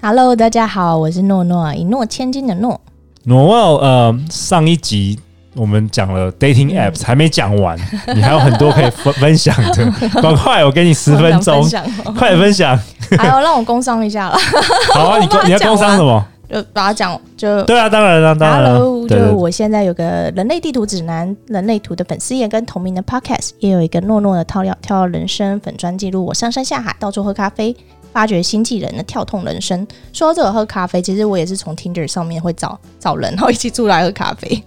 Hello，大家好，我是诺诺，一诺千金的诺。 Noel，呃，上一集我们讲了嗯 dating apps，、还没讲 完，你还有很多可以分分享的，赶快，我给你十分钟我，想 分享哦快点分享。还有让我工商一下了，好啊，你我把它你要工商什么？就把它讲就。对啊，当然了，当然了 Hello，，对啊就对对我现在有个人类地图指南、人类图的粉丝页跟同名的 Podcast，也有一个诺诺的跳跳跳人生粉砖记录我上山下海到处喝咖啡，发掘新技能的跳痛人生。说到这个喝咖啡，其实我也是从 Tinder 上面会找找人，然后一起出来喝咖啡。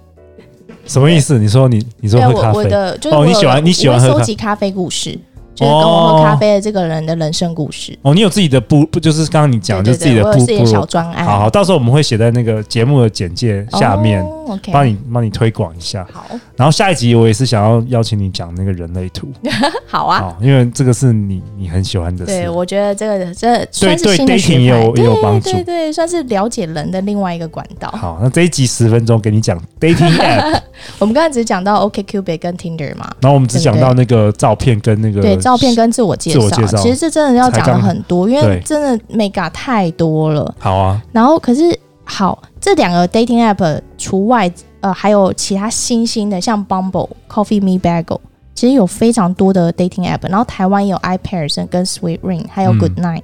什么意思？你说你你说对喝我咖我啡，的就是哦我你有喜欢我你喜欢喝会收咖哦集咖啡故事，就是跟我喝咖啡的这个人的人生故事。哦，你有自己的部，不就是刚刚你讲，就对是自己对对，的我有部自己部的小落。专案，好好，到时候我们会写在那个节目的简介下面，哦 OK，帮你帮你推广一下。好 然后下一集我也是想要邀请你讲那个人类图，好啊。好，因为这个是你你很喜欢的事对，。我觉得这个这算是对新的 dating 也学派，有也有帮助对对对，算是了解人的另外一个管道。好，那这一集十分钟给你 讲 dating app，我们刚才只讲到 OK Cupid 跟 Tinder 嘛，然后我们只讲到那个照片跟那个对，照片跟自我介自我绍介绍，其实这真的要讲才的刚很多，因对为真的 mega 太多了。好啊，然后可是好，这两个 dating app 除外，呃，还有其他新兴的，像 Bumble、Coffee Me Bagel，其实有非常多的 dating app。然后台湾也有 iParison 跟 Sweet Ring，还有嗯 Good Night、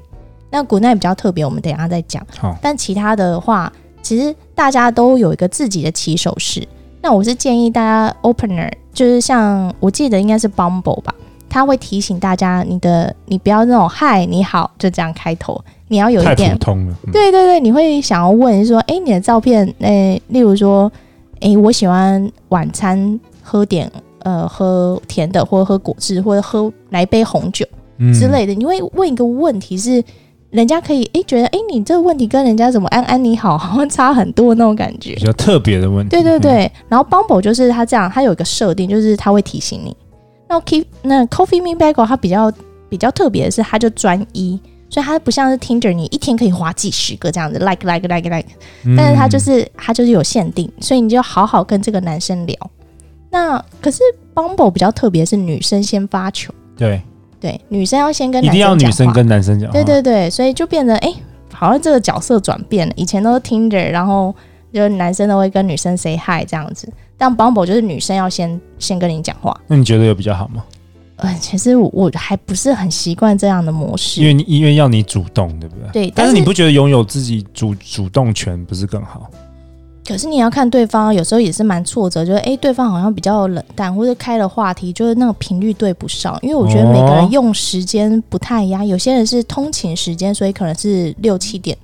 那 Good Night 比较特别，我们等一下再讲。好但其他的话，其实大家都有一个自己的起手式。那我是建议大家 opener，就是像我记得应该是 Bumble 吧，它会提醒大家你的，你不要那种嗨你好就这样开头，你要有太一点普通了，嗯对对对，你会想要问说，哎、你的照片，诶，例如说，诶，我喜欢晚餐喝点呃喝甜的，或者喝果汁，或者喝来一杯红酒嗯之类的。你会问一个问题是，人家可以诶觉得，诶，你这个问题跟人家怎么安安你好好像差很多那种感觉比。较特别的问题。对对对，然后 Bumble 就是它这样，它有一个设定，就是它会提醒你。那 Keep 那 Coffee Me Bagel 它比较比较特别的是，它就专一，所以它不像是 Tinder 你一天可以划几十个这样子，like like like like，嗯，但是它就是、它就是有限定，所以你就好好跟这个男生聊。那可是 Bumble 比较特别是女生先发球，对，对，女生要先跟一男定要生女讲生话，跟男生讲话，对对对，所以就变成哎、诶好像这个角色转变了。以前都是 Tinder，然后就是男生都会跟女生 say hi 这样子，但 Bumble 就是女生要先先跟你讲话。那你觉得有比较好吗？呃，其实我我还不是很习惯这样的模因式。为你因为要你主动，对不对？对，但是是你不觉得拥有自己主主动权不是更好？可是你要看对方，有时候也是蛮挫折，就是哎、诶对方好像比较冷淡，或者开了话题，就是那个频率对不上。因为我觉得每个哦人用时间不太一样，有些人是通勤时间，所以可能是六七点；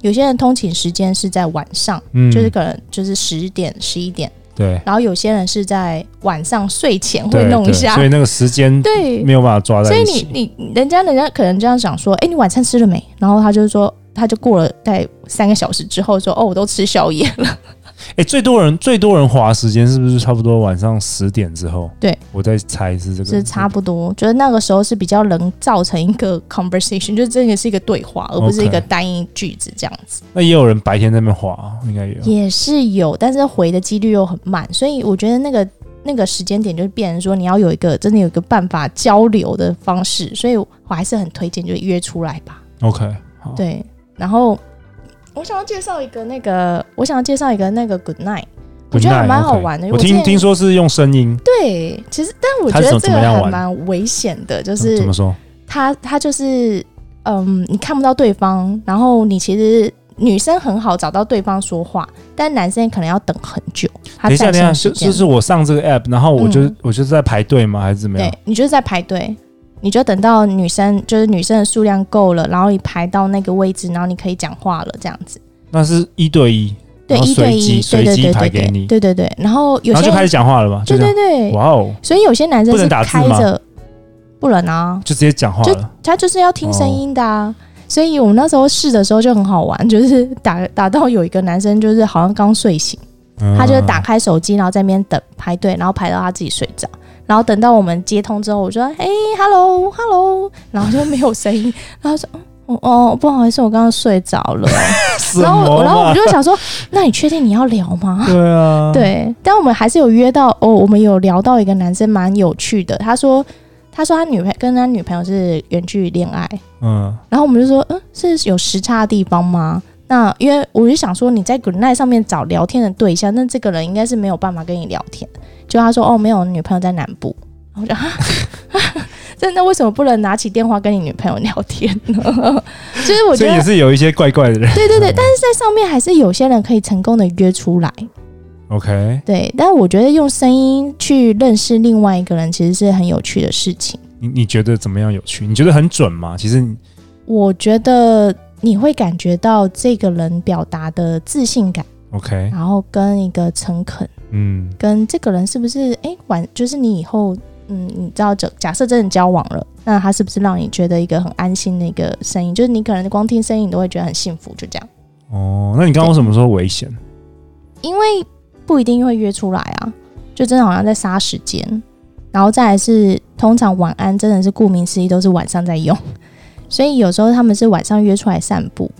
有些人通勤时间是在晚上，嗯，就是可能就是十点、十一点，对然后有些人是在晚上睡前会对弄一对下，所以那个时间对，没有办法抓所在以一你起。你人家人家可能这样想说，哎、你晚餐吃了没？然后他就说，他就过了大概三个小时之后说，哦，我都吃宵夜了。哎，最多人最多人花时间是不是差不多晚上十点之后？对，我在猜是这个是差不多，就是那个时候是比较能造成一个 conversation，就是这个是一个对话，而不是一个 OK 单一句子这样子。那也有人白天在那边滑哦，应该也有。也是有，但是回的几率又很慢，所以我觉得那个那个时间点就变成说，你要有一个真的有一个办法交流的方式，所以我还是很推荐就约出来吧。 OK，好，对，然后我想要介绍一个那个，我想要介绍一个那个 Good Night，我觉得还蛮好玩的 Good night，OK 因为我我之听前听说是用声音，对，其实但我它觉是得怎这么个样还玩蛮危险的，就怎是么说？他他就是嗯，你看不到对方，然后你其实女生很好找到对方说话，但男生可能要等很久，他等一下，占等一下，线就时间就。是我上这个 app，然后我就、嗯我就是在排队吗？还是怎么样对？你就是在排队，你就等到女生就是女生的数量够了，然后你排到那个位置，然后你可以讲话了，这样子。那是一对一，对，然后一对随机一，对哦随对机对排对给你对，对对对。然后有然后些就开始讲话了吧？就对这对样，对，哇哦，所以有些男生不能是打字开吗着，不能啊，就直接讲话了。哦他就是要听声音的啊。所以我们那时候试的时候就很好玩，就是打打到有一个男生就是好像刚睡醒，嗯他就打开手机，然后在那边等排队，然后排到他自己睡着。然后等到我们接通之后，我说：“哎、h e l l o hello。”然 后就没有声音，然后说：“哦哦，不好意思，我刚刚睡着 了。嗯什” 然后我，么然后我嘛们？就想说：“那你确定你要聊吗？”对啊，， 对，但我们还是有约到哦，我们有聊到一个男生蛮有趣的，他说他说他女朋跟他女朋友是远距离恋爱，嗯，然后我们就说嗯是有时差的地方吗？那因为我就想说你在 Good Night 上面找聊天的对象，那这个人应该是没有办法跟你聊天。就他说哦没有，女朋友在南部，然后我就啊。 真的为什么不能拿起电话跟你女朋友聊天呢？ 就是我觉所以也得，是有一些怪怪的人。对对对，但是在上面还是有些人可以成功的约出来。 OK，对，但我觉得用声音去认识另外一个人，其实是很有趣的事情。你你觉得怎么样有趣？你觉得很准吗？其实你我觉得你会感觉到这个人表达的自信感， OK，然后跟一个诚恳，嗯，跟这个人是不是哎晚，就是你以后嗯，你知道假假设真的交往了，那他是不是让你觉得一个很安心的一个声音？就是你可能光听声音，你都会觉得很幸福，就这样。哦，那你刚刚为什么说危险？因为不一定会约出来啊，就真的好像在杀时间。然后再来是，通常晚安真的是顾名思义都是晚上在用， 所以有时候他们是晚上约出来散步，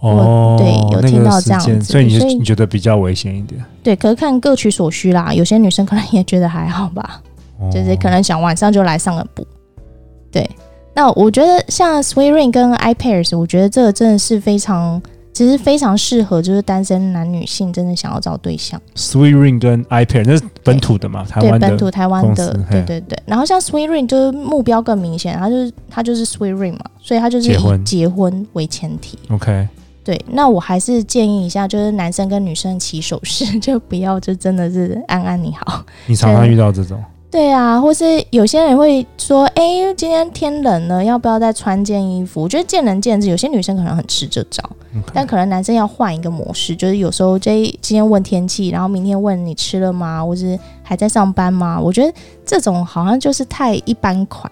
哦，对有听到那个时这样间子所以你是所以你觉得比较危险一点，对，可是看各取所需啦。有些女生可能也觉得还好吧，哦就是可能想晚上就来上个步。对，那我觉得像 Sweet Ring 跟 iPairs，我觉得这个真的是非常，其实非常适合就是单身男女性真的想要找对象。 Sweet Ring 跟 iPad 那是本土的嘛，台对湾本的土台湾公的司，对嘿对对。然后像 Sweet Ring 就是目标更明显，它就是它就是 Sweet Ring 嘛，所以它就是结婚以结婚为前提。 OK，对，那我还是建议一下，就是男生跟女生的起手式 就不要就真的是安安你好。你常常遇到这种对啊，或是有些人会说，哎、今天天冷了，要不要再穿件衣服？我觉得见仁见智，有些女生可能很吃这招，嗯但可能男生要换一个模式，就是有时候这今天问天气，然后明天问你吃了吗，或是还在上班吗？我觉得这种好像就是太一般款。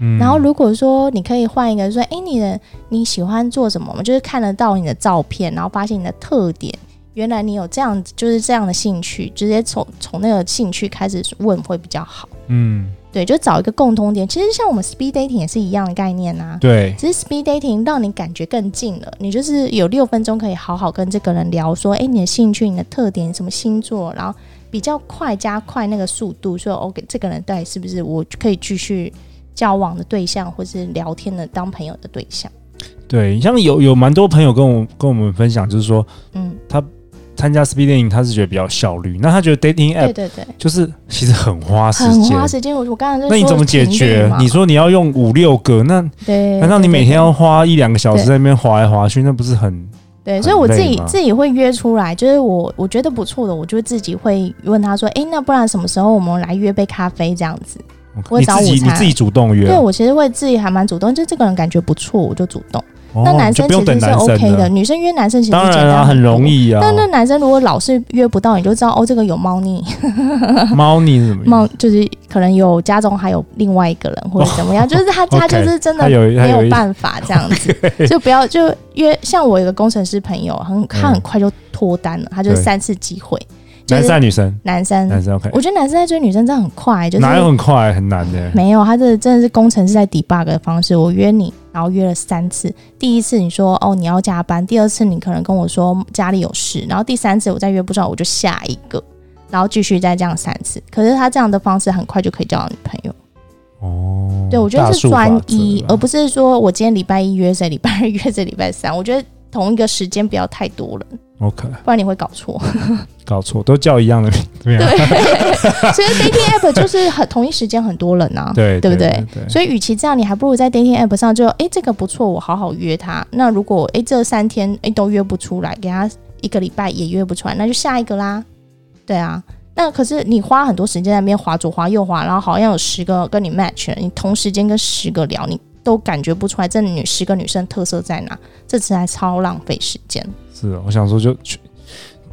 嗯然后如果说你可以换一个说，哎、你的你喜欢做什么吗？就是看得到你的照片，然后发现你的特点。原来你有这样子，就是这样的兴趣，直接从从那个兴趣开始问会比较好。嗯，对，就找一个共通点。其实像我们 speed dating 也是一样的概念呐、对，只是 speed dating 让你感觉更近了，你就是有六分钟可以好好跟这个人聊，说，哎，你的兴趣、你的特点、什么星座，然后比较快加快那个速度，说，OK，这个人到底是不是我可以继续交往的对象，或是聊天的当朋友的对象？对，像有有蛮多朋友跟我跟我们分享，就是说嗯，参加 Speed Dating 他是觉得比较效率，那他觉得 Dating 对 App 对对，就是其实很花时很间花。时间。我我刚才就那你说怎么解频率决嘛？你说你要用五六个，那对，难道你对对每天对要花一两个小时哎对在那边划来划去，那不是很对，很所以我自累己吗自己会约出来，就是我我觉得不错的，我就自己会问他说，诶，那不然什么时候我们来约杯咖啡这样子？我你找自己午餐你自己主动约啊对，我其实会自己还蛮主动，就这个人感觉不错，我就主动。哦那男你就不生用其实等是男生 OK 的，了，女生约男生其实当简然啊，单很多容。易啊。但那男生如果老是约不到，你就知道哦，这个有猫腻， 猫腻是怎么样？猫就是可能有家中还有另外一个人或者怎 么样，就是他他哦 OK，就是真的他有他没有有一办法这样 子，就不要就约。像我有个工程师朋友，很他很嗯快就脱单了，他就是对三次机会，就男是生还是女生，男生，男生 OK，我觉得男生在追女生真的很快，就是哪有很快很难的？没有，他这真的是工程师在 debug 的方式。我约你，然后约了三次，第一次你说哦你要加班，第二次你可能跟我说家里有事，然后第三次我再约不到，我就下一个，然后继续再这样三次。可是他这样的方式很快就可以交到女朋友。哦，对我觉得大是数法专则啊一，啦而不是说我今天礼拜一约谁，礼拜二约谁，礼拜三。我觉得同一个时间不要太多了， OK，不然你会搞 错。搞错，都叫一样的名 啊字，怎么样？对， 所以 dating app 就是很同一时间很多人啊，对对不对对对所以，与其这样，你还不如在 dating app 上就，诶这个不错，我好好约他。那如果诶这三天诶都约不出来，给他一个礼拜也约不出来，那就下一个啦。对啊，那可是你花很多时间在那边划左划右划，然后好像有十个跟你 match，了你同时间跟十个聊，你都感觉不出来这女十个女生特色在哪，这实在超浪费时间。是哦，我想说就全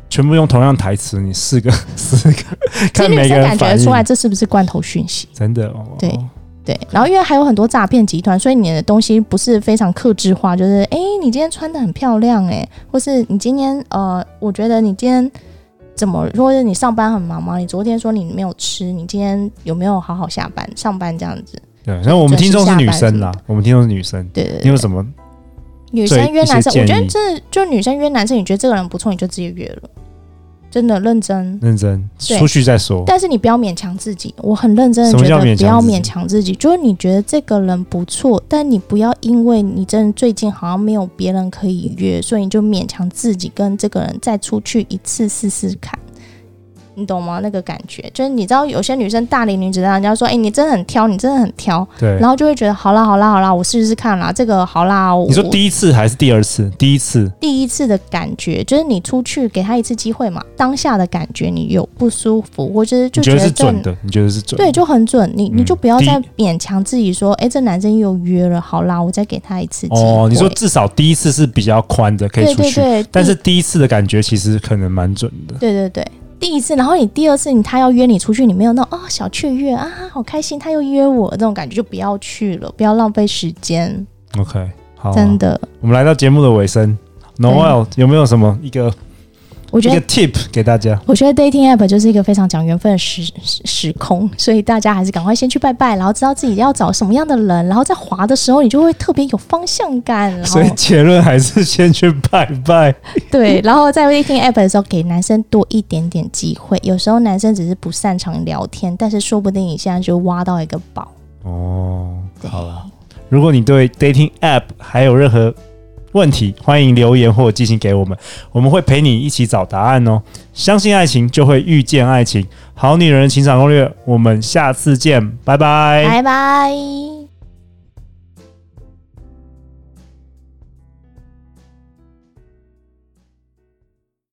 全部用同样台词，你四个 四个，其实 看女每个生人感觉反得应出来，这是不是罐头讯息？真的哦。对哦对，然后因为还有很多诈骗集团，所以你的东西不是非常克制化，就是哎、诶你今天穿的很漂亮、诶，或是你今天呃，我觉得你今天怎么，或者你上班很忙吗？你昨天说你没有吃，你今天有没有好好下班上班这样子？对，然后我们听众是女生啦，我们听众是女生，对对你对有什么？女对生约一些男生，我觉建得议这就女生约男生，你觉得这个人不错，你就直接约了，真的认真。认真对出去再说。但是你不要勉强自己，我很认真的什么觉叫得勉强不要自己勉强自己，就是你觉得这个人不错，但你不要因为你真的最近好像没有别人可以约，所以你就勉强自己跟这个人再出去一次试试看。你懂吗？那个感觉就是，你知道有些女生大龄女子，让人家说：“哎、你真的很挑，你真的很挑。”对然，后就会觉得：“好啦，好啦，好啦，我试试看啦。”这个好啦，我你说第一次还是第二次？第一次，第一次的感觉，就是你出去给他一次机会嘛，当下的感觉你有不舒服，或者是你就觉得是这准的？你觉得是准？对，，就很准。你你嗯就不要第一再勉强自己说，哎、这男生又约了，好啦，我再给他一次机会。哦，你说至少第一次是比较宽的，可以对出对去。对，但第是第一次的感觉其实可能蛮准的。对对对，第一次，然后你第二次你他要约你出去，你没有那种哦小雀跃啊，好开心，他又约我这种感觉，就不要去了，不要浪费时间， OK，好啊、真的。我们来到节目的尾声，Noel 有没有什么一个我一觉个得， tip 给大家？我觉得 dating app 就是一个非常讲缘分的时时时空，所以大家还是赶快先去拜拜，然后知道自己要找什么样的人，然后在滑的时候你就会特别有方向感，然后所以结论还是先去拜拜。对，然后在 dating app 的时候，给男生多一点点机会。有时候男生只是不擅长聊天，但是说不定你现在就挖到一个宝。哦，好了。如果你对 dating app 还有任何问题，欢迎留言或寄信给我们，我们会陪你一起找答案哦。相信爱情，就会遇见爱情。好女人的情场攻略，我们下次见，拜拜拜拜。